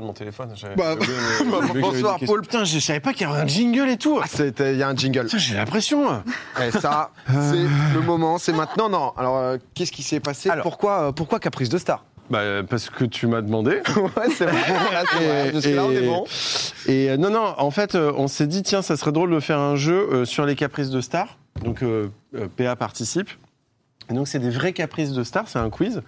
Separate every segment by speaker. Speaker 1: de mon téléphone. j'ai-
Speaker 2: Bah,
Speaker 1: j'ai oublié, mais-
Speaker 2: bah,
Speaker 1: j'ai oublié que j'avais
Speaker 2: bonsoir,
Speaker 1: des questions.
Speaker 2: Paul.
Speaker 3: Putain, je savais pas qu'il y avait un jingle et tout.
Speaker 2: C'était- Il y a un jingle.
Speaker 3: Putain, j'ai l'impression. hein.
Speaker 2: Et ça, c'est le moment, c'est maintenant. Non, alors euh, qu'est-ce qui s'est passé
Speaker 3: Alors.
Speaker 2: Pourquoi, euh, pourquoi Caprice de Star
Speaker 1: Bah, euh, parce que tu m'as demandé.
Speaker 2: Ouais, c'est vrai. Là, c'est vrai. Jusque-là, on est bon.
Speaker 1: Et euh, non, non, en fait, euh, on s'est dit, tiens, ça serait drôle de faire un jeu euh, sur les caprices de stars. Donc, euh, euh, PA participe. Et donc, c'est des vrais caprices de stars, c'est un quiz.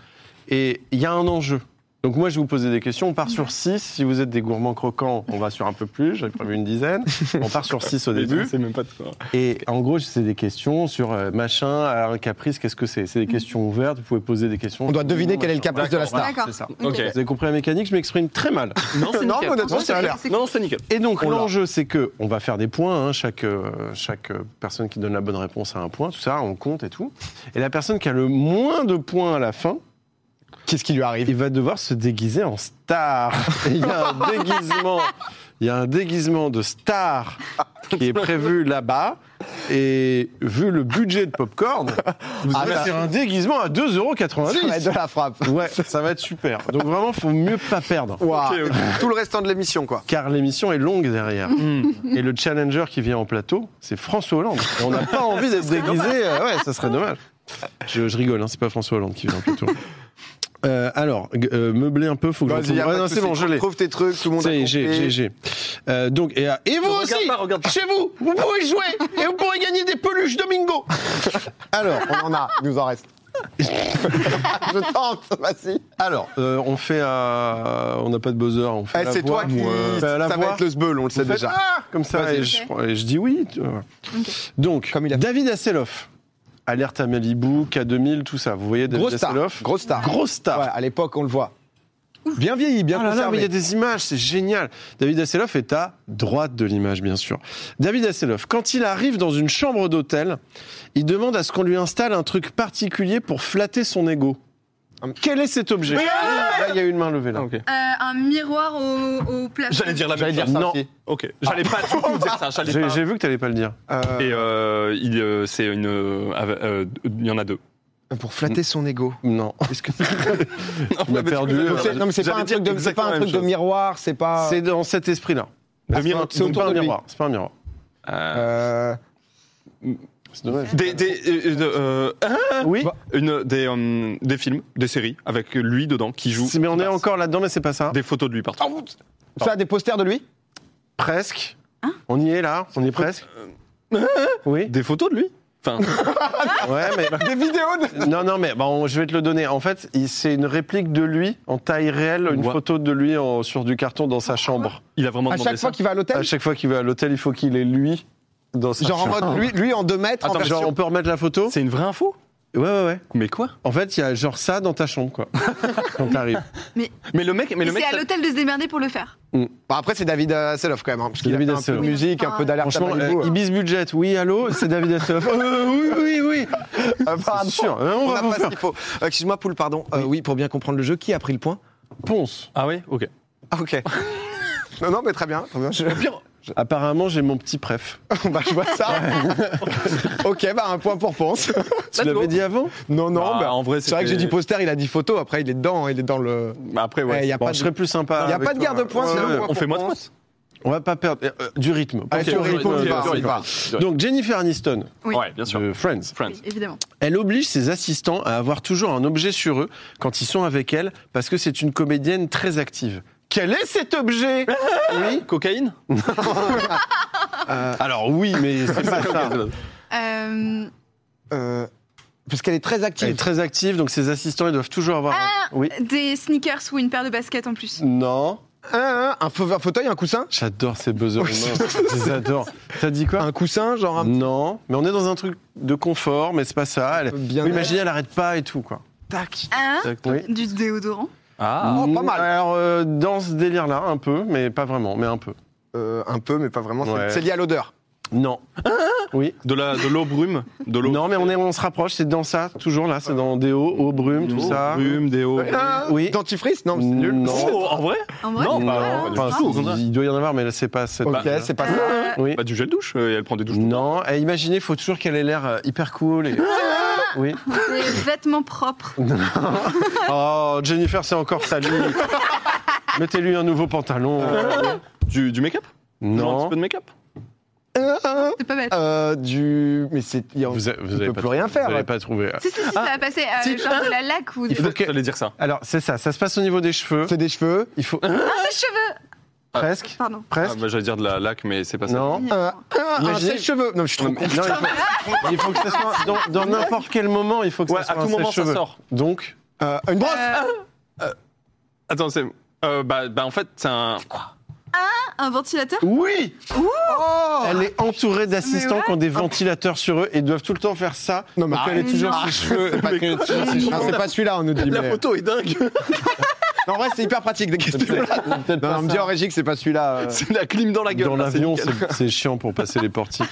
Speaker 1: Et il y a un enjeu. Donc, moi, je vais vous poser des questions. On part sur 6. Si vous êtes des gourmands croquants, on va sur un peu plus. J'avais prévu une dizaine. On part sur 6 au début.
Speaker 4: C'est même pas de quoi.
Speaker 1: Et en gros, c'est des questions sur euh, machin, alors, un caprice, qu'est-ce que c'est C'est des questions ouvertes. Vous pouvez poser des questions.
Speaker 2: Mm. On doit deviner quel est le caprice de la star.
Speaker 1: D'accord,
Speaker 5: D'accord.
Speaker 1: C'est ça.
Speaker 4: Ok.
Speaker 1: Vous avez compris la mécanique, je m'exprime très mal.
Speaker 4: Non, c'est
Speaker 2: Non,
Speaker 4: nickel.
Speaker 2: mais honnêtement, c'est clair.
Speaker 5: C'est-
Speaker 4: Non, c'est nickel.
Speaker 1: Et donc
Speaker 4: On l'a.
Speaker 1: l'enjeu, c'est que on va faire des points. hein, chaque euh, chaque euh, personne qui donne la bonne réponse a un point. Tout ça, on compte et tout. Et la personne qui a le moins de points à la fin,
Speaker 2: Qu'est-ce qui lui arrive
Speaker 1: il va devoir se déguiser en star. Et Il y a un déguisement. Il y a un déguisement de star qui est prévu là-bas. Et vu le budget de Popcorn, vous
Speaker 2: Ah,
Speaker 1: allez
Speaker 2: bah.
Speaker 1: faire un déguisement à 2,90
Speaker 2: Ouais, De la frappe.
Speaker 1: Ouais, ça va être super. Donc vraiment, faut mieux pas perdre.
Speaker 2: Ouah.
Speaker 4: Ok,
Speaker 2: Tout le restant de l'émission, quoi.
Speaker 1: car l'émission est longue derrière. Et le challenger qui vient en plateau, c'est François Hollande. Et on n'a pas envie d'être déguisé. euh, Ouais, ça serait dommage. Je, je rigole, hein, c'est pas François Hollande qui vient en plateau. Euh, alors, g- euh, meubler un peu, faut que je
Speaker 2: Vas-y,
Speaker 1: retrouve-
Speaker 2: y a
Speaker 1: Ouais,
Speaker 2: pas de
Speaker 1: non,
Speaker 2: souci.
Speaker 1: c'est bon, je l'ai.
Speaker 2: Trouve tes trucs, tout le monde a
Speaker 1: C'est- J'ai, j'ai,
Speaker 2: compris.
Speaker 1: j'ai. Euh, donc, et, à- et vous
Speaker 4: Regarde
Speaker 1: aussi,
Speaker 4: pas, regarde pas.
Speaker 1: chez vous, vous pouvez jouer et vous pourrez gagner des peluches Domingo. Alors,
Speaker 2: On en a, il nous en reste. Je tente, vas-y.
Speaker 1: alors, euh, on fait, à- on n'a pas de buzzer, on fait
Speaker 2: Eh,
Speaker 1: la
Speaker 2: c'est
Speaker 1: voix. euh,
Speaker 2: toi qui.
Speaker 1: On fait
Speaker 2: Ça
Speaker 1: à la
Speaker 2: va
Speaker 1: voix.
Speaker 2: être le sbeul, on le sait
Speaker 1: Vous faites,
Speaker 2: déjà.
Speaker 1: Ah comme ça,
Speaker 2: Vas-y.
Speaker 1: et je, et je dis oui. tu vois. Donc,
Speaker 2: Comme il a-
Speaker 1: David Asseloff, alerte à Malibu, K2000, tout ça. Vous voyez David
Speaker 2: Grosse star.
Speaker 1: Asseloff
Speaker 2: Grosse star.
Speaker 1: Grosse star.
Speaker 2: Ouais, à l'époque, on le voit. Bien vieilli, bien
Speaker 1: Ah là là, mais il y
Speaker 2: conservé.
Speaker 1: a des images, c'est génial. David Asseloff est à droite de l'image, bien sûr. David Asseloff, quand il arrive dans une chambre d'hôtel, il demande à ce qu'on lui installe un truc particulier pour flatter son ego.
Speaker 2: Hum.
Speaker 1: Quel est cet objet Là, il y a une main levée là.
Speaker 4: ok.
Speaker 5: Euh, un miroir au, au plafond.
Speaker 4: J'allais dire la
Speaker 2: J'allais
Speaker 4: même
Speaker 2: dire
Speaker 4: chose.
Speaker 2: ça
Speaker 1: Non.
Speaker 2: aussi.
Speaker 4: Ok. J'allais pas du tout dire ça. J'allais
Speaker 1: J'ai
Speaker 4: pas.
Speaker 1: j'ai vu que t'allais pas le dire.
Speaker 2: Euh,
Speaker 4: Et euh, il, euh, c'est une. euh, ave- euh, Il y en a deux.
Speaker 2: Pour flatter son ego.
Speaker 1: Non.
Speaker 2: Est-ce que-
Speaker 1: Tu m'as
Speaker 4: mais du coup,
Speaker 1: perdu.
Speaker 4: j'allais
Speaker 2: Donc c'est- Non, mais c'est pas
Speaker 4: euh, J'allais
Speaker 2: un truc
Speaker 4: dire
Speaker 2: de, c'est pas
Speaker 4: exactement
Speaker 2: un
Speaker 4: la
Speaker 2: truc
Speaker 4: même
Speaker 2: de
Speaker 4: chose.
Speaker 2: miroir, c'est pas. euh,
Speaker 1: C'est dans cet esprit-là.
Speaker 4: Le
Speaker 2: c'est
Speaker 4: miroir-
Speaker 2: Bah, c'est
Speaker 1: C'est pas
Speaker 2: autour
Speaker 1: un
Speaker 2: de lui.
Speaker 1: miroir. C'est pas un miroir.
Speaker 4: Euh,
Speaker 2: Euh,
Speaker 1: C'est dommage.
Speaker 4: Des, des, euh, euh, hein
Speaker 1: Ah. Oui.
Speaker 4: une, des, hum, des films, des séries avec lui dedans qui joue.
Speaker 1: mais on
Speaker 4: qui
Speaker 1: est
Speaker 4: passe.
Speaker 1: encore là-dedans, mais c'est pas ça.
Speaker 4: Des photos de lui partout.
Speaker 2: Ça, des posters de lui
Speaker 1: Presque. on y est là. On y est presque.
Speaker 2: euh,
Speaker 1: Oui.
Speaker 4: Des photos de lui Enfin,
Speaker 2: Ah.
Speaker 1: Ouais, mais bah,
Speaker 2: Des vidéos de.
Speaker 1: non, non, mais bon, je vais te le donner. En fait, il- c'est une réplique de lui en taille réelle, une
Speaker 4: Ouais.
Speaker 1: photo de lui en- sur du carton dans sa chambre.
Speaker 4: il a vraiment
Speaker 2: À
Speaker 4: demandé
Speaker 2: chaque
Speaker 4: ça.
Speaker 2: fois qu'il va à
Speaker 1: À
Speaker 2: l'hôtel
Speaker 1: chaque fois qu'il va à l'hôtel, il faut qu'il ait lui dans sa
Speaker 2: Genre en
Speaker 1: chambre.
Speaker 2: mode lui, lui en 2 mètres, en
Speaker 1: Attends, genre
Speaker 2: version-
Speaker 1: on peut remettre la photo
Speaker 4: C'est une vraie info
Speaker 1: Ouais, ouais, ouais.
Speaker 4: Mais quoi
Speaker 1: En fait, il y a genre ça dans ta chambre, quoi. quand t'arrives.
Speaker 4: Mais le mec, mais
Speaker 5: Et
Speaker 4: le mec,
Speaker 5: c'est à
Speaker 4: ça-
Speaker 5: l'hôtel de se démerder pour le faire.
Speaker 2: Bah, après, c'est David Asseloff quand même, hein, parce qu'il a
Speaker 1: David
Speaker 2: fait un peu de
Speaker 1: Hasselhoff.
Speaker 2: musique, un peu d'alerte à
Speaker 1: Franchement,
Speaker 2: Malibu. hein.
Speaker 1: euh, Ibis Budget, oui, allô, c'est David Asseloff. Euh, oui, oui, oui.
Speaker 2: Euh, pardon,
Speaker 1: C'est sûr. Euh, on
Speaker 2: on
Speaker 1: va
Speaker 2: n'a
Speaker 1: vous
Speaker 2: pas ce
Speaker 1: faire.
Speaker 2: qu'il faut. Euh, Excuse-moi, Poul, pardon. Euh, oui. pour bien comprendre le jeu, qui a pris le point
Speaker 1: Ponce.
Speaker 4: Ah ouais Ok.
Speaker 2: Ah, ok. non, non, mais très bien. Très bien je...
Speaker 1: Apparemment, j'ai mon petit préf.
Speaker 2: bah, je vois ça. ok, bah, un point pour Ponce.
Speaker 1: Tu l'avais dit avant
Speaker 2: non, non,
Speaker 4: Bah,
Speaker 2: bah,
Speaker 4: en vrai,
Speaker 2: c'est vrai que j'ai dit poster, il a dit photo, après, il est dedans, hein, il est dans le.
Speaker 4: Bah, Après,
Speaker 2: Eh,
Speaker 4: ouais.
Speaker 2: y a
Speaker 1: Bon,
Speaker 2: pas
Speaker 1: je
Speaker 2: de...
Speaker 1: serais plus sympa.
Speaker 2: Il n'y a
Speaker 1: avec
Speaker 2: pas de
Speaker 1: toi.
Speaker 2: garde de points, c'est
Speaker 1: Ouais,
Speaker 2: le
Speaker 1: ouais.
Speaker 2: point.
Speaker 4: On fait
Speaker 2: pour
Speaker 4: moins de
Speaker 2: Ponce.
Speaker 4: points
Speaker 1: On va pas perdre. Euh, euh, du rythme.
Speaker 2: Allez, sur
Speaker 4: Ok,
Speaker 2: Rico, on y va, on y va.
Speaker 1: Donc, Euh, Jennifer Aniston
Speaker 5: Oui.
Speaker 4: Ouais, bien sûr.
Speaker 1: de Friends,
Speaker 4: Friends.
Speaker 5: Oui, évidemment.
Speaker 1: elle oblige ses assistants à avoir toujours un objet sur eux quand ils sont avec elle parce que c'est une comédienne très active. Quel est cet objet Oui.
Speaker 4: Cocaïne
Speaker 1: Alors oui, mais c'est pas ça.
Speaker 5: Euh,
Speaker 2: Euh, parce qu'elle est très
Speaker 1: Elle est
Speaker 2: active.
Speaker 1: très active, donc ses assistants ils doivent toujours avoir. un-
Speaker 5: Ah
Speaker 1: Oui.
Speaker 5: Des sneakers ou une paire de baskets en plus.
Speaker 1: Non.
Speaker 2: Un, un, un fau- un fauteuil, un coussin
Speaker 1: J'adore ces buzzers. humains. Je les adore. T'as dit quoi
Speaker 2: Un coussin, genre un.
Speaker 1: Non, mais on est dans un truc de confort, mais c'est pas ça. Elle...
Speaker 2: Bien.
Speaker 1: Oui, imaginez, elle arrête pas et tout, quoi.
Speaker 2: Tac.
Speaker 5: Un
Speaker 1: Oui.
Speaker 5: Du déodorant.
Speaker 4: Ah
Speaker 2: Oh, pas mal.
Speaker 1: Alors, euh, dans ce délire-là, un peu, mais pas vraiment, mais un peu.
Speaker 2: Euh, un peu, mais pas vraiment. c'est-
Speaker 1: Ouais.
Speaker 2: C'est lié à l'odeur.
Speaker 1: Non. oui.
Speaker 4: Mmh. De la- de l'eau brume De l'eau
Speaker 1: Non, mais on, est, on se rapproche, c'est dans ça, toujours là, c'est dans déo, eau, brume, tout
Speaker 4: L'eau
Speaker 1: ça.
Speaker 4: Brume, des eaux.
Speaker 2: Ah,
Speaker 1: Oui.
Speaker 2: Dentifrice Non, c'est nul.
Speaker 1: Non.
Speaker 4: Oh, en vrai
Speaker 5: En vrai,
Speaker 4: Non,
Speaker 5: c'est
Speaker 4: bah,
Speaker 5: pas mal,
Speaker 4: non,
Speaker 5: hein.
Speaker 4: du
Speaker 1: Enfin,
Speaker 4: tout.
Speaker 1: il- il doit y en avoir, mais là, c'est pas. c'est
Speaker 2: Ok,
Speaker 1: pas-
Speaker 4: Bah,
Speaker 2: c'est pas ça.
Speaker 5: Euh,
Speaker 1: Oui.
Speaker 4: Bah, du gel douche. euh, Elle prend des douches.
Speaker 1: Non, et imaginez, il faut toujours qu'elle ait l'air euh, hyper cool. et- Oui.
Speaker 5: des vêtements propres.
Speaker 1: Oh, Jennifer, c'est encore salut. Mettez-lui un nouveau pantalon.
Speaker 4: Euh, du du make-up Un petit
Speaker 1: non.
Speaker 4: peu de make-up
Speaker 5: C'est pas bête.
Speaker 2: Euh, du. Mais c'est. il y a-
Speaker 1: Vous, a- vous
Speaker 2: on
Speaker 1: avez
Speaker 2: peut
Speaker 1: pas
Speaker 2: plus rien faire,
Speaker 1: Vous n'avez
Speaker 2: là.
Speaker 1: pas trouvé.
Speaker 5: Si, si, si, ça va passer. euh,
Speaker 1: si,
Speaker 5: genre de la laque ou.
Speaker 1: Il faut que-
Speaker 4: J'allais dire ça.
Speaker 1: Alors, c'est ça. Ça se passe au niveau des cheveux.
Speaker 2: C'est des cheveux.
Speaker 1: Il faut.
Speaker 5: Ah, ses cheveux
Speaker 1: Presque.
Speaker 5: Pardon.
Speaker 4: Ah,
Speaker 1: Presque.
Speaker 4: bah, J'allais dire de la laque, mais c'est pas ça.
Speaker 1: Non.
Speaker 2: Un, un, un
Speaker 1: Imaginez-
Speaker 2: sèche-cheveux. Non, mais je suis trop
Speaker 1: Non,
Speaker 2: con.
Speaker 1: il, faut, il faut que ça soit dans- dans n'importe quel moment. Il faut que
Speaker 4: Ouais,
Speaker 1: ça soit un
Speaker 4: à tout moment, ça
Speaker 1: sèche-cheveux.
Speaker 4: sort.
Speaker 1: Donc,
Speaker 2: Euh, une brosse
Speaker 5: Euh,
Speaker 4: Attends, c'est. euh, bah, bah, en fait, c'est un.
Speaker 5: un ventilateur
Speaker 1: oui,
Speaker 2: Oh
Speaker 1: elle est entourée d'assistants
Speaker 5: Mais ouais.
Speaker 1: qui ont des ventilateurs sur eux et doivent tout le temps faire ça.
Speaker 4: Ah,
Speaker 2: Ah, Non, mais
Speaker 1: pour
Speaker 2: arrête.
Speaker 1: qu'elle ait toujours
Speaker 5: Non.
Speaker 1: ses cheveux.
Speaker 2: C'est pas, que- Non, c'est pas celui-là, on nous dit. mais-
Speaker 4: photo est dingue.
Speaker 2: Non, en vrai, c'est hyper pratique des questions.
Speaker 1: Peut-être
Speaker 2: Non,
Speaker 1: pas
Speaker 2: on me dit en régie que c'est pas celui-là. euh.
Speaker 4: C'est la clim dans la gueule.
Speaker 1: Dans
Speaker 4: là, c'est
Speaker 1: l'avion,
Speaker 4: nickel.
Speaker 1: c'est c'est chiant pour passer les portiques.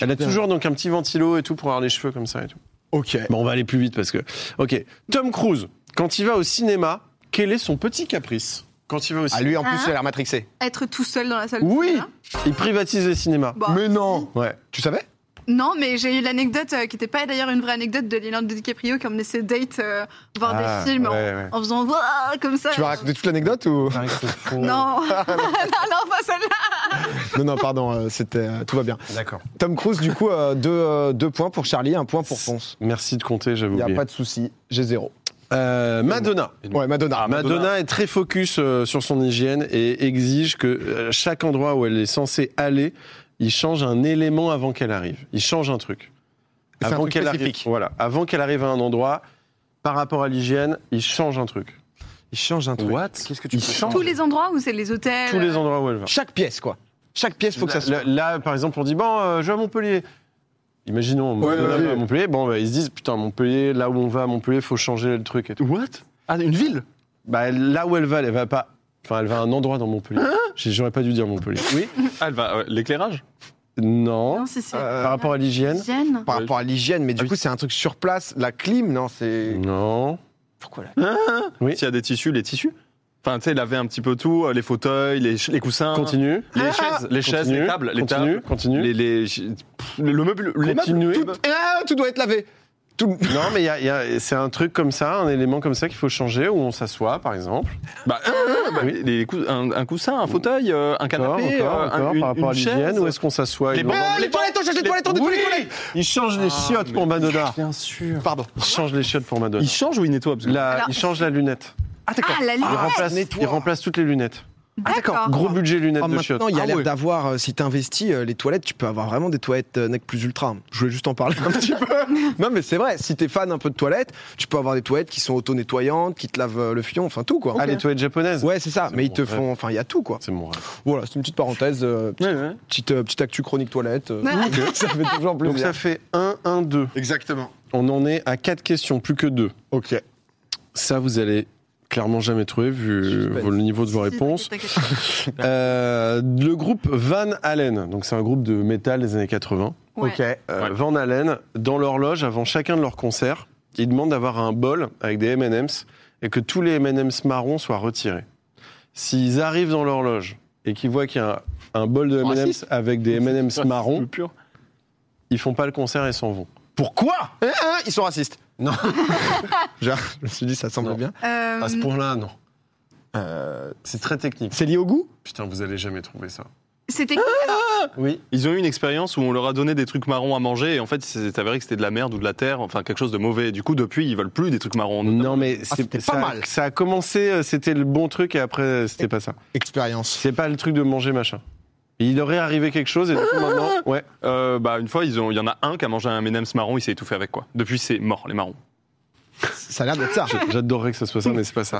Speaker 1: Elle a toujours donc un petit ventilo et tout pour avoir les cheveux comme ça et tout.
Speaker 2: Ok.
Speaker 1: Bon, on va aller plus vite parce que. Ok. Tom Cruise, quand il va au cinéma, quel est son petit caprice Quand il va au
Speaker 2: Ah,
Speaker 1: cinéma.
Speaker 2: lui, en plus,
Speaker 5: Hein
Speaker 2: il a l'air matrixé.
Speaker 5: Être tout seul dans la salle de
Speaker 1: Oui
Speaker 5: cinéma
Speaker 1: Il privatise les cinémas.
Speaker 5: Bon.
Speaker 2: Mais non
Speaker 1: Ouais.
Speaker 2: Tu savais
Speaker 5: Non, mais j'ai eu l'anecdote euh, qui n'était pas d'ailleurs une vraie anecdote de Leonardo DiCaprio qui emmenait ses dates euh, voir
Speaker 1: Ah,
Speaker 5: des films en-
Speaker 1: ouais, ouais.
Speaker 5: en, faisant Ouah comme ça.
Speaker 2: Tu vas raconter toute l'anecdote ou
Speaker 5: Non, non, non, pas celle-là.
Speaker 2: Non, non, pardon, euh, c'était euh, tout va bien.
Speaker 1: D'accord.
Speaker 2: Tom Cruise, du coup, euh, deux, euh, deux points pour Charlie, un point pour Ponce.
Speaker 1: Merci de compter, j'avoue.
Speaker 2: Il n'y a
Speaker 1: oublié.
Speaker 2: pas de souci, j'ai zéro.
Speaker 1: Euh, Madonna.
Speaker 2: Ouais, Ah, Madonna.
Speaker 1: Madonna. est très focus euh, sur son hygiène et exige que euh, chaque endroit où elle est censée aller, il change un élément avant qu'elle arrive. Il change un truc.
Speaker 2: C'est un
Speaker 1: Avant
Speaker 2: truc
Speaker 1: qu'elle arrive,
Speaker 2: spécifique.
Speaker 1: voilà, avant qu'elle arrive à un endroit, par rapport à l'hygiène, il change un truc.
Speaker 2: Il change un truc.
Speaker 1: What
Speaker 2: Qu'est-ce que tu
Speaker 1: Il
Speaker 2: peux
Speaker 1: change
Speaker 5: Tous les endroits où c'est les hôtels.
Speaker 1: tous les endroits où elle va.
Speaker 2: Chaque pièce, quoi. Chaque pièce, faut que ça se.
Speaker 1: là, là, par exemple, on dit bon, euh, je vais à Montpellier. Imaginons, Madonna
Speaker 2: ouais,
Speaker 1: va
Speaker 2: ouais.
Speaker 1: à Montpellier. Bon, bah, ils se disent putain, Montpellier, là où on va, à Montpellier, faut changer le truc et tout.
Speaker 4: What Ah, une ville
Speaker 1: Bah, là où elle va, elle va pas. Enfin, elle va à un endroit dans Montpellier.
Speaker 4: Hein
Speaker 1: J'ai- J'aurais pas dû dire Montpellier. Oui.
Speaker 4: Ah, elle va. euh, L'éclairage
Speaker 1: Non.
Speaker 5: Non, si, si.
Speaker 2: Euh,
Speaker 1: Par rapport à l'hygiène
Speaker 5: Hygiène.
Speaker 2: Par rapport à l'hygiène, mais
Speaker 4: Ah
Speaker 2: du
Speaker 4: oui.
Speaker 2: coup, c'est un truc sur place. La clim, non, c'est.
Speaker 1: Non.
Speaker 2: Pourquoi la
Speaker 1: Oui.
Speaker 4: S'il y a des tissus, les tissus. Enfin, tu sais, laver un petit peu tout, euh, les fauteuils, les, ch- les coussins,
Speaker 1: Continue.
Speaker 4: Ah. les chaises, les chaises,
Speaker 1: Continue.
Speaker 4: les tables, les
Speaker 1: Continue.
Speaker 4: tables,
Speaker 1: Continue.
Speaker 4: les, les ch- pff, le meuble, les meubles.
Speaker 1: Continuez.
Speaker 2: Tout... Ah, tout doit être lavé. Tout...
Speaker 1: Non, mais il y a- il y a- c'est un truc comme ça, un élément comme ça qu'il faut changer, où on s'assoit, par exemple.
Speaker 4: Bah, hein, hein, bah,
Speaker 1: Oui.
Speaker 4: les cou- un, un coussin, un fauteuil, euh, un
Speaker 1: encore,
Speaker 4: canapé, euh,
Speaker 1: encore,
Speaker 4: un-
Speaker 1: encore,
Speaker 4: une,
Speaker 1: par rapport à
Speaker 4: une chaise.
Speaker 1: l'hygiène, où est-ce qu'on s'assoit
Speaker 4: Les
Speaker 1: et où on-
Speaker 4: bancs.
Speaker 2: Ah, les toilettes, on cherche les toilettes, on nettoie les toilettes.
Speaker 1: Il change les
Speaker 4: Ah,
Speaker 1: chiottes pour Madonna.
Speaker 2: Bien sûr. Pardon.
Speaker 1: Il change les chiottes pour Madonna.
Speaker 4: Il change ou il nettoie parce que-
Speaker 1: La-
Speaker 5: Alors-
Speaker 1: il change la lunette.
Speaker 5: Ah, la
Speaker 1: Il,
Speaker 5: lumière.
Speaker 1: remplace,
Speaker 2: nettoie.
Speaker 1: il remplace toutes les lunettes.
Speaker 5: D'accord.
Speaker 1: Gros budget lunettes
Speaker 2: Ah,
Speaker 1: de chiottes.
Speaker 2: maintenant, il y a
Speaker 4: Ah
Speaker 2: l'air
Speaker 4: ouais.
Speaker 2: d'avoir, euh, si t'investis, euh, les toilettes, tu peux avoir vraiment des toilettes euh, nec plus ultra. Je voulais juste en parler un petit peu. Non, mais c'est vrai, si t'es fan un peu de toilettes, tu peux avoir des toilettes qui sont auto-nettoyantes, qui te lavent euh, le fion, enfin tout quoi.
Speaker 1: Ah, les toilettes japonaises
Speaker 2: Ouais, c'est ça,
Speaker 1: C'est
Speaker 2: mais ils
Speaker 1: bon,
Speaker 2: te
Speaker 1: ouais.
Speaker 2: font. Enfin, il y a tout quoi.
Speaker 1: C'est mon rêve.
Speaker 2: Voilà, c'est une petite parenthèse, euh,
Speaker 4: Ouais, ouais.
Speaker 2: petite, euh, petite actu chronique toilette. euh,
Speaker 5: Ouais.
Speaker 2: que ça fait toujours
Speaker 1: Donc
Speaker 2: plaisir.
Speaker 1: ça fait 1, 1, 2.
Speaker 2: Exactement.
Speaker 1: On en est à 4 questions, plus que 2.
Speaker 2: Ok.
Speaker 1: Ça, vous allez clairement jamais trouver vu
Speaker 2: Suspense.
Speaker 1: vos- le niveau de vos réponses.
Speaker 5: T'inquiète, t'inquiète.
Speaker 1: Euh, le groupe Van Halen, donc c'est un groupe de métal des années 80.
Speaker 5: Ouais.
Speaker 1: Euh,
Speaker 4: Ouais.
Speaker 1: Van Halen, dans leur loge, avant chacun de leurs concerts, ils demandent d'avoir un bol avec des M&M's et que tous les M&M's marrons soient retirés. S'ils arrivent dans leur loge et qu'ils voient qu'il y a un, un bol de M&M's
Speaker 4: Raciste.
Speaker 1: avec des M&M's marrons,
Speaker 4: Le pur.
Speaker 1: ils font pas le concert et s'en vont. Pourquoi
Speaker 2: Eh, hein, ils sont racistes.
Speaker 1: Non.
Speaker 2: Genre, je me suis dit, ça semble
Speaker 1: Non.
Speaker 2: bien.
Speaker 5: Euh,
Speaker 1: À ce point-là, non.
Speaker 2: Euh,
Speaker 1: Hmm. C'est très technique.
Speaker 2: c'est lié au goût
Speaker 1: Putain, vous allez jamais trouver ça.
Speaker 5: C'était
Speaker 1: Oui.
Speaker 4: Ils ont eu une expérience où on leur a donné des trucs marrons à manger et en fait, c'est avéré que c'était de la merde ou de la terre, enfin quelque chose de mauvais. Du coup, depuis, ils veulent plus des trucs marrons.
Speaker 1: Non, mais
Speaker 2: Ah,
Speaker 1: c'est-
Speaker 2: c'était pas
Speaker 1: ça,
Speaker 2: mal.
Speaker 1: ça a commencé, euh, c'était le bon truc et après, euh, c'était pas ça.
Speaker 2: Expérience.
Speaker 1: C'est pas le truc de manger machin. Il aurait arrivé quelque chose et du coup, maintenant, ouais.
Speaker 4: Euh, bah, une fois, ils ont- il y en a un qui a mangé un M&M's marron, il s'est étouffé avec quoi. Depuis, c'est mort, les marrons.
Speaker 2: Ça a l'air d'être ça.
Speaker 1: J'adorerais que ce soit ça, mais c'est pas ça.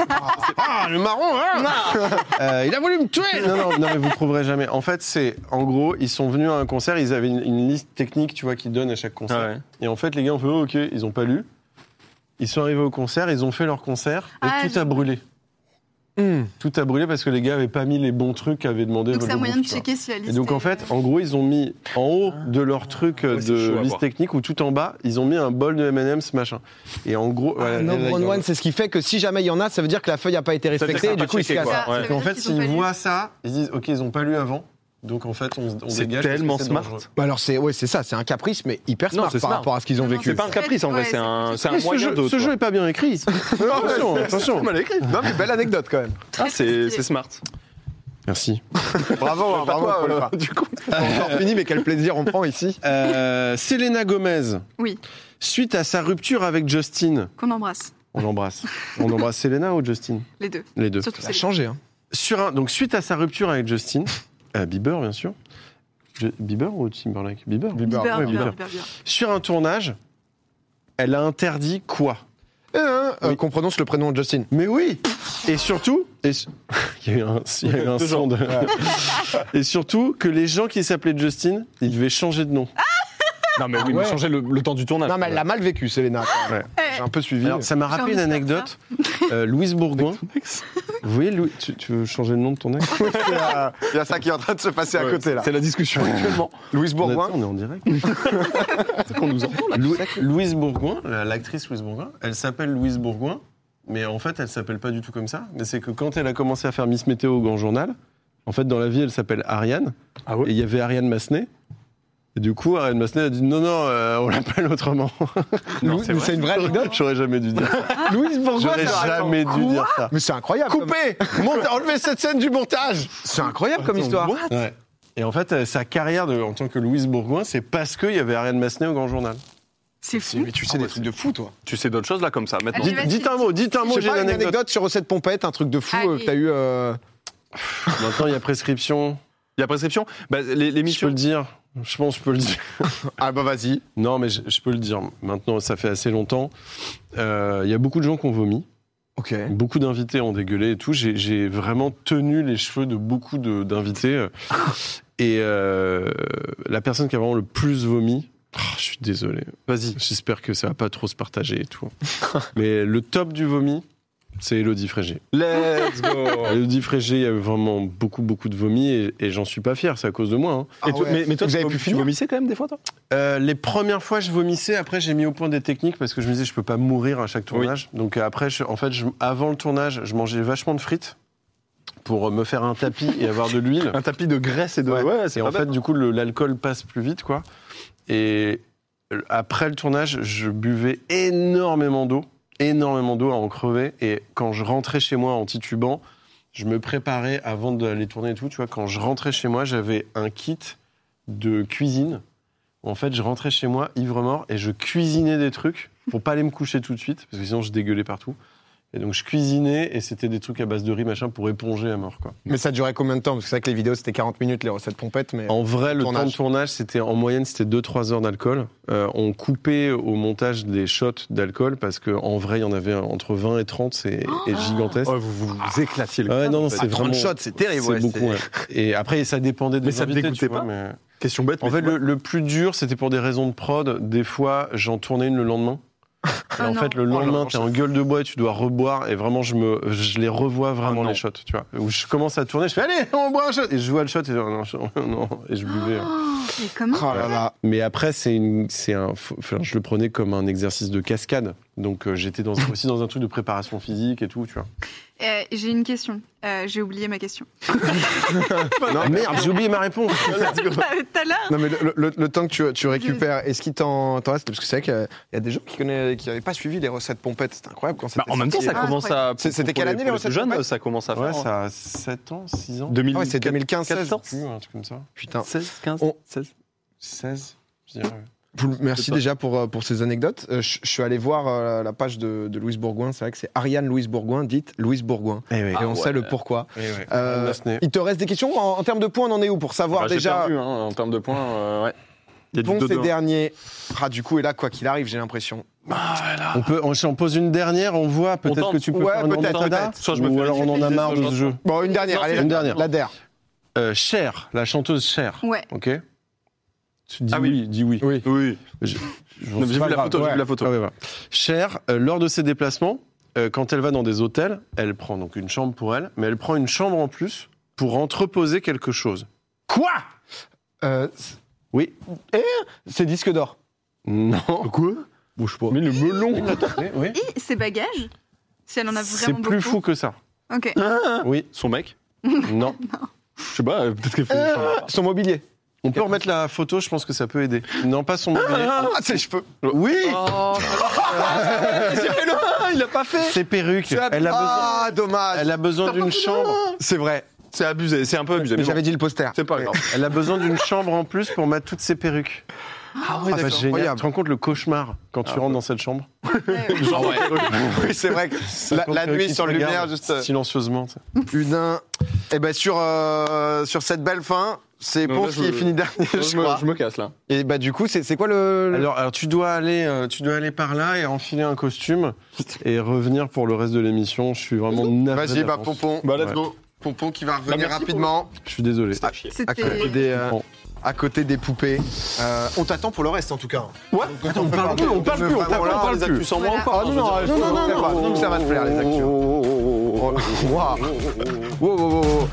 Speaker 2: Ah, le marron,
Speaker 1: hein. Euh, il a voulu me tuer Non, non, non, mais vous trouverez jamais. En fait, c'est, en gros, ils sont venus à un concert, ils avaient une, une liste technique, tu vois, qu'ils donnent à chaque concert.
Speaker 4: Ouais.
Speaker 1: Et en fait, les gars ont fait, oh, ok, ils ont pas lu. Ils sont arrivés au concert, ils ont fait leur concert, et
Speaker 5: Ah,
Speaker 1: tout
Speaker 5: je-
Speaker 1: a brûlé. Tout a brûlé parce que les gars avaient pas mis les bons trucs qu'avaient demandé
Speaker 5: donc
Speaker 1: le
Speaker 5: c'est un
Speaker 1: groupe,
Speaker 5: moyen de
Speaker 1: tu vois.
Speaker 5: checker si la liste.
Speaker 1: Et donc en
Speaker 5: est-
Speaker 1: fait, en gros, ils ont mis en haut
Speaker 5: Ah.
Speaker 1: de leur truc euh,
Speaker 4: Ouais, c'est chaud
Speaker 1: de
Speaker 4: à
Speaker 1: liste
Speaker 4: voir.
Speaker 1: technique ou tout en bas, ils ont mis un bol de M&M's machin. Et en gros,
Speaker 5: Ah,
Speaker 1: voilà,
Speaker 2: non,
Speaker 1: les- les-
Speaker 2: Ah, one, c'est ce qui fait que si jamais il y en a, ça veut dire que la feuille n'a pas été
Speaker 4: veut dire
Speaker 2: respectée
Speaker 4: que
Speaker 2: et
Speaker 4: ça a
Speaker 2: du
Speaker 4: pas
Speaker 2: coup, il se
Speaker 4: checké,
Speaker 2: casse.
Speaker 4: quoi.
Speaker 5: Ça, ça
Speaker 4: Ouais.
Speaker 5: veut
Speaker 1: en
Speaker 5: dire
Speaker 1: fait,
Speaker 5: qu'ils ont pas
Speaker 1: s'ils
Speaker 5: lu.
Speaker 1: voient ça, ils disent OK, ils ont pas lu avant. Donc en fait, on, on
Speaker 4: C'est
Speaker 1: dégage. parce que
Speaker 4: tellement
Speaker 1: c'est
Speaker 4: smart.
Speaker 1: dangereux.
Speaker 2: Bah alors c'est ouais c'est ça, c'est un caprice mais hyper
Speaker 4: Non,
Speaker 2: smart
Speaker 4: c'est
Speaker 2: par
Speaker 4: smart.
Speaker 2: rapport à ce qu'ils ont
Speaker 5: Non, non,
Speaker 2: vécu.
Speaker 4: C'est pas un caprice en vrai, c'est un, c'est un
Speaker 1: Mais ce
Speaker 4: moyen
Speaker 1: jeu,
Speaker 4: de.
Speaker 1: ce
Speaker 4: quoi.
Speaker 1: jeu est pas bien écrit. attention, attention.
Speaker 4: mal écrit.
Speaker 2: Non mais belle anecdote quand même.
Speaker 4: Ah, c'est c'est smart.
Speaker 1: Merci.
Speaker 2: Bravo, hein, bravo.
Speaker 4: Toi,
Speaker 2: Paul.
Speaker 4: euh, du coup.
Speaker 2: C'est encore fini mais quel plaisir on prend ici.
Speaker 1: Euh, Selena Gomez.
Speaker 5: Oui.
Speaker 1: Suite à sa rupture avec Justin,
Speaker 5: qu'on embrasse
Speaker 1: on l'embrasse. on embrasse Selena ou Justin
Speaker 5: les deux.
Speaker 1: Les deux.
Speaker 5: Surtout
Speaker 2: Ça a
Speaker 5: c'est
Speaker 2: changé hein.
Speaker 1: Sur un, donc suite à sa rupture avec Justin, euh, Bieber bien sûr. Je- Bieber ou Timberlake Bieber.
Speaker 5: Bieber,
Speaker 1: ouais,
Speaker 5: Bieber,
Speaker 1: Bieber.
Speaker 5: Bieber, Bieber.
Speaker 1: Sur un tournage, elle a interdit quoi
Speaker 2: Euh, hein, euh,
Speaker 1: Oui.
Speaker 2: qu'on prononce le prénom de Justin.
Speaker 1: Mais oui Et surtout, et su- il y a eu un, il y a eu un son de- Et surtout que les gens qui s'appelaient Justin, ils devaient changer de nom.
Speaker 4: Non, mais oui,
Speaker 2: Ouais.
Speaker 4: mais changer le, le temps du tournage.
Speaker 2: Non mais elle l'a mal vécu Selena. quand même.
Speaker 5: Ouais.
Speaker 2: J'ai un peu suivi.
Speaker 1: Alors, ça m'a rappelé une
Speaker 5: envie de faire
Speaker 1: anecdote. Euh, Louise Bourgoin. Vous voyez, Louis- tu, tu veux changer le nom de ton ex
Speaker 2: Il y a- il y a ça qui est en train de se passer à
Speaker 4: Ouais,
Speaker 2: côté là.
Speaker 4: C'est la discussion actuellement.
Speaker 2: Louise Bourgoin.
Speaker 1: Attends, On est en direct.
Speaker 4: qu'on nous entend.
Speaker 1: Lou- Louise Bourgoin, la- l'actrice Louise Bourgoin, elle s'appelle Louise Bourgoin, mais en fait, elle s'appelle pas du tout comme ça. Mais c'est que quand elle a commencé à faire Miss Météo au Grand Journal, en fait, dans la vie, elle s'appelle Ariane.
Speaker 4: Ah ouais
Speaker 1: et il y avait Ariane Massenet. Et du coup, Ariane Massenet a dit non, non, euh, on l'appelle autrement.
Speaker 2: Lou- mais c'est une vraie anecdote.
Speaker 1: J'aurais jamais dû dire ça.
Speaker 2: Louise Bourgoin.
Speaker 1: J'aurais
Speaker 2: Ah, ça-
Speaker 1: jamais dû dire ça.
Speaker 2: Mais c'est incroyable. comme-
Speaker 1: Coupez Monta- Enlevez cette scène du montage
Speaker 2: C'est incroyable comme histoire.
Speaker 1: Ouais. Et en fait, euh, sa carrière de- en tant que Louise Bourgoin, c'est parce qu'il y avait Ariane Massenet au Grand Journal.
Speaker 5: C'est fou.
Speaker 2: tu sais
Speaker 4: Ah ouais,
Speaker 2: de fou toi.
Speaker 4: Tu sais d'autres choses là comme ça maintenant.
Speaker 5: Allez,
Speaker 1: Dites,
Speaker 5: vas-y.
Speaker 1: dites un mot,
Speaker 4: Ah,
Speaker 1: dites un mot,
Speaker 2: Je sais
Speaker 1: j'ai une
Speaker 2: pas, une
Speaker 1: anecdote.
Speaker 2: anecdote sur recette pompette, un truc de fou euh,
Speaker 5: Allez.
Speaker 2: que t'as eu. euh,
Speaker 1: Maintenant, il y a prescription.
Speaker 4: Il y a prescription Bah, les-
Speaker 1: Je peux
Speaker 4: L'émission.
Speaker 1: le dire. Je pense que je peux le dire.
Speaker 2: Ah bah vas-y.
Speaker 1: Non, mais je, je peux le dire. Maintenant, ça fait assez longtemps. Euh, Il y a beaucoup de gens qui ont vomi.
Speaker 2: Ok.
Speaker 1: Beaucoup d'invités ont dégueulé et tout. J'ai- J'ai vraiment tenu les cheveux de beaucoup de- d'invités. Et euh, la personne qui a vraiment le plus vomi, ah, je suis désolé.
Speaker 4: Vas-y.
Speaker 1: J'espère que ça va pas trop se partager et tout. Mais le top du vomi, c'est Elodie Frégé.
Speaker 4: Let's go
Speaker 1: Elodie Frégé, il y avait vraiment beaucoup, beaucoup de vomi et, et j'en suis pas fier, c'est à cause de moi. hein.
Speaker 2: Ah
Speaker 4: Et toi-
Speaker 2: ouais.
Speaker 4: mais, mais toi,
Speaker 2: vous
Speaker 4: tu
Speaker 2: avez
Speaker 4: vom-
Speaker 2: pu
Speaker 4: tu
Speaker 2: finir
Speaker 4: vomissais quand même des fois, toi
Speaker 1: Euh, les premières fois, je vomissais. Après, j'ai mis au point des techniques parce que je me disais, je peux pas mourir à chaque tournage. Donc euh, après, je- en fait, je- avant le tournage, je mangeais vachement de frites pour euh, me faire un tapis et avoir de l'huile.
Speaker 4: Un tapis de graisse et de.
Speaker 1: Ouais.
Speaker 4: c'est
Speaker 1: Et
Speaker 4: pas
Speaker 1: en fait, du coup, le- l'alcool passe plus vite, quoi. Et euh, après le tournage, je buvais énormément d'eau, énormément d'eau à en crever. Et quand je rentrais chez moi en titubant, je me préparais avant d'aller tourner et tout. Tu vois, quand je rentrais chez moi, j'avais un kit de cuisine. En fait, je rentrais chez moi ivre-mort et je cuisinais des trucs pour pas aller me coucher tout de suite, parce que sinon je dégueulais partout. Et donc je cuisinais et c'était des trucs à base de riz machin pour éponger à mort quoi.
Speaker 2: Mais ça durait combien de temps Parce que c'est vrai que les vidéos c'était 40 minutes les recettes pompettes, mais.
Speaker 1: En vrai, le temps
Speaker 2: Tournage.
Speaker 1: de tournage, c'était en moyenne, c'était 2-3 heures d'alcool. Euh, on coupait au montage des shots d'alcool parce qu'en vrai, il y en avait entre 20 et 30, c'est
Speaker 5: Oh.
Speaker 1: et gigantesque.
Speaker 4: vous, vous, vous éclatiez le
Speaker 1: Ah ouais,
Speaker 4: crâne,
Speaker 1: non,
Speaker 4: en
Speaker 1: non,
Speaker 4: fait.
Speaker 1: Oh, c'est vraiment.
Speaker 2: c'est
Speaker 1: C'est beaucoup. ouais. Et après, ça dépendait des
Speaker 4: Mais ça te
Speaker 1: invités, tu
Speaker 4: dégoûtait
Speaker 1: vois,
Speaker 4: pas
Speaker 1: mais-
Speaker 4: Question bête.
Speaker 1: En
Speaker 4: mais
Speaker 1: fait,
Speaker 4: tu
Speaker 1: le, le plus dur, c'était pour des raisons de prod. Des fois, j'en tournais une le lendemain. Et
Speaker 5: Ah
Speaker 1: en
Speaker 5: non.
Speaker 1: Oh, fait, le lendemain, t'es en gueule de bois et tu dois reboire. Et vraiment, je, me, je les revois vraiment
Speaker 4: Ah non.
Speaker 1: les shots, tu vois. Où je commence à tourner, je fais allez, on boit un shot. Et je vois le shot et je, non, je- non, et je buvais. hein.
Speaker 5: Oh, mais comment
Speaker 1: Ah
Speaker 2: Oh là là.
Speaker 1: Mais après, c'est une- c'est un, faut- enfin, je le prenais comme un exercice de cascade. Donc euh, j'étais dans, aussi dans un truc de préparation physique et tout, tu vois.
Speaker 5: Euh, J'ai une question. Euh, J'ai oublié ma question.
Speaker 1: Bah, Non, Ah, merde, j'ai oublié ma réponse.
Speaker 5: Ah, mais Tout à l'heure.
Speaker 2: Non mais le, le- le temps que tu, tu récupères, est-ce qu'il t'en t'en reste Parce que c'est vrai qu'il y a des gens qui connaissent, qui n'avaient pas suivi les recettes pompettes. C'était incroyable quand
Speaker 4: Bah,
Speaker 2: c'était.
Speaker 4: en même temps, ça
Speaker 5: Ah,
Speaker 4: commence à.
Speaker 2: C'est- c'était
Speaker 4: pour
Speaker 2: quelle année, les
Speaker 4: pour
Speaker 2: recettes
Speaker 4: jeunes
Speaker 2: pompettes
Speaker 4: Ça commence à faire.
Speaker 1: Ouais, ça a 7 ans, 6 ans.
Speaker 4: 2000
Speaker 2: Ah ouais, c'est 2015-16.
Speaker 4: 14,
Speaker 1: Plus, un truc comme ça.
Speaker 2: Putain.
Speaker 4: 16, 15,
Speaker 2: On-
Speaker 4: 16.
Speaker 1: 16, je dirais.
Speaker 2: Vous- merci
Speaker 4: pas.
Speaker 2: déjà pour, euh, pour ces anecdotes. Euh, je, je suis allé voir euh, la page de, de Louise Bourgoin. C'est vrai que c'est Ariane Louise Bourgoin, dite Louise Bourgoin.
Speaker 1: Eh oui.
Speaker 2: et on sait le pourquoi.
Speaker 1: eh
Speaker 2: Euh,
Speaker 1: Massenet.
Speaker 2: il te reste des questions en, en termes de points, on en est où pour savoir
Speaker 4: Bah, j'ai
Speaker 2: déjà
Speaker 4: perdu, hein, en termes de points, euh, ouais. Il y a du
Speaker 2: Bon, ces
Speaker 4: dodo, hein.
Speaker 2: derniers. Ah, du coup, et là, quoi qu'il arrive, j'ai l'impression.
Speaker 1: On peut, on, j'en pose une dernière, on voit. Peut-être
Speaker 4: tente.
Speaker 1: que tu peux
Speaker 2: Ouais,
Speaker 1: faire une
Speaker 2: peut-être,
Speaker 1: remontada.
Speaker 4: peut-être. Soit je me
Speaker 1: Ou
Speaker 4: fais
Speaker 1: alors on en a
Speaker 4: ridiculiser,
Speaker 1: marre
Speaker 4: soit
Speaker 1: de
Speaker 4: je
Speaker 1: ce jeu.
Speaker 2: Bon, une dernière,
Speaker 4: Non,
Speaker 2: allez,
Speaker 1: c'est une dernière.
Speaker 2: la der.
Speaker 1: Euh, Cher, la chanteuse Cher.
Speaker 5: Ouais.
Speaker 1: Ok. Tu dis
Speaker 4: Ah oui.
Speaker 1: oui, dis oui.
Speaker 2: Oui.
Speaker 4: Oui.
Speaker 1: Je
Speaker 4: Non, mais J'ai
Speaker 2: pas
Speaker 4: vu la
Speaker 2: grave,
Speaker 4: photo, j'ai
Speaker 2: ouais.
Speaker 4: vu la photo.
Speaker 1: Ah ouais, voilà. Cher, euh, lors de ses déplacements, euh, quand elle va dans des hôtels, elle prend donc une chambre pour elle, mais elle prend une chambre en plus pour entreposer quelque chose.
Speaker 2: Quoi euh, c-
Speaker 1: Oui.
Speaker 2: Eh C'est disque d'or.
Speaker 1: Non.
Speaker 2: Quoi Bouge pas.
Speaker 4: Mais le melon
Speaker 1: Oui.
Speaker 5: Et ses bagages Si elle en a Ah.
Speaker 1: C'est
Speaker 5: vraiment
Speaker 1: plus
Speaker 5: beaucoup.
Speaker 1: fou que ça.
Speaker 5: Ok.
Speaker 1: Oui.
Speaker 4: Son mec
Speaker 1: Non.
Speaker 4: Je sais pas, euh, peut-être qu'elle fait.
Speaker 2: Son mobilier.
Speaker 1: On peut remettre la photo, je pense que ça peut aider. Non, pas
Speaker 2: Ah.
Speaker 1: son mobilier.
Speaker 2: ses cheveux.
Speaker 1: Oui
Speaker 2: il l'a pas fait.
Speaker 1: Ses perruques.
Speaker 2: C'est ab-
Speaker 1: Elle a besoin,
Speaker 2: ah, dommage.
Speaker 1: elle a besoin d'une chambre.
Speaker 2: C'est vrai.
Speaker 4: C'est abusé, c'est un peu abusé.
Speaker 2: Mais
Speaker 4: Mais bon,
Speaker 2: j'avais dit le poster.
Speaker 4: c'est pas grave.
Speaker 1: Elle a besoin d'une chambre en plus pour mettre toutes ses perruques.
Speaker 2: Ah
Speaker 1: Ah, ça
Speaker 2: ouais,
Speaker 1: va
Speaker 2: d'accord.
Speaker 1: être génial. Tu
Speaker 2: Incroyable.
Speaker 1: te rends compte le cauchemar quand tu
Speaker 4: Ah,
Speaker 2: bah.
Speaker 1: rentres dans cette chambre
Speaker 4: Genre, ouais.
Speaker 2: Oui, c'est vrai que la, la nuit sans lumière, juste. euh,
Speaker 1: Silencieusement. tu sais.
Speaker 2: Une un. Eh ben sur euh, sur cette belle fin, c'est
Speaker 4: Non,
Speaker 2: Ponce
Speaker 4: là, je-
Speaker 2: qui est fini dernier,
Speaker 4: Je,
Speaker 2: je
Speaker 4: me,
Speaker 2: crois.
Speaker 4: je me casse là.
Speaker 2: Et bah du coup, c'est c'est quoi le, le-
Speaker 1: Alors, alors, tu, dois aller, euh, tu dois aller par là et enfiler un costume et revenir pour le reste de l'émission. Je suis vraiment navré.
Speaker 2: Vas-y, bah
Speaker 1: d'avance.
Speaker 2: Pompon.
Speaker 4: Bah, let's
Speaker 2: go. Pompon qui va
Speaker 4: Bah,
Speaker 2: revenir
Speaker 4: merci
Speaker 2: rapidement
Speaker 1: Je suis désolé.
Speaker 2: à côté
Speaker 5: C'était.
Speaker 2: des euh,
Speaker 1: Bon.
Speaker 2: à côté des poupées. Euh, on t'attend pour le reste en tout cas.
Speaker 4: Ouais.
Speaker 2: Attends, on parle plus, on parle plus, on
Speaker 4: les actus sans moi ou pas
Speaker 2: Ah non, non, hein. non, non, non, non, ça va te plaire les actions. Waouh. Oh, Wow, wow, wow, wow.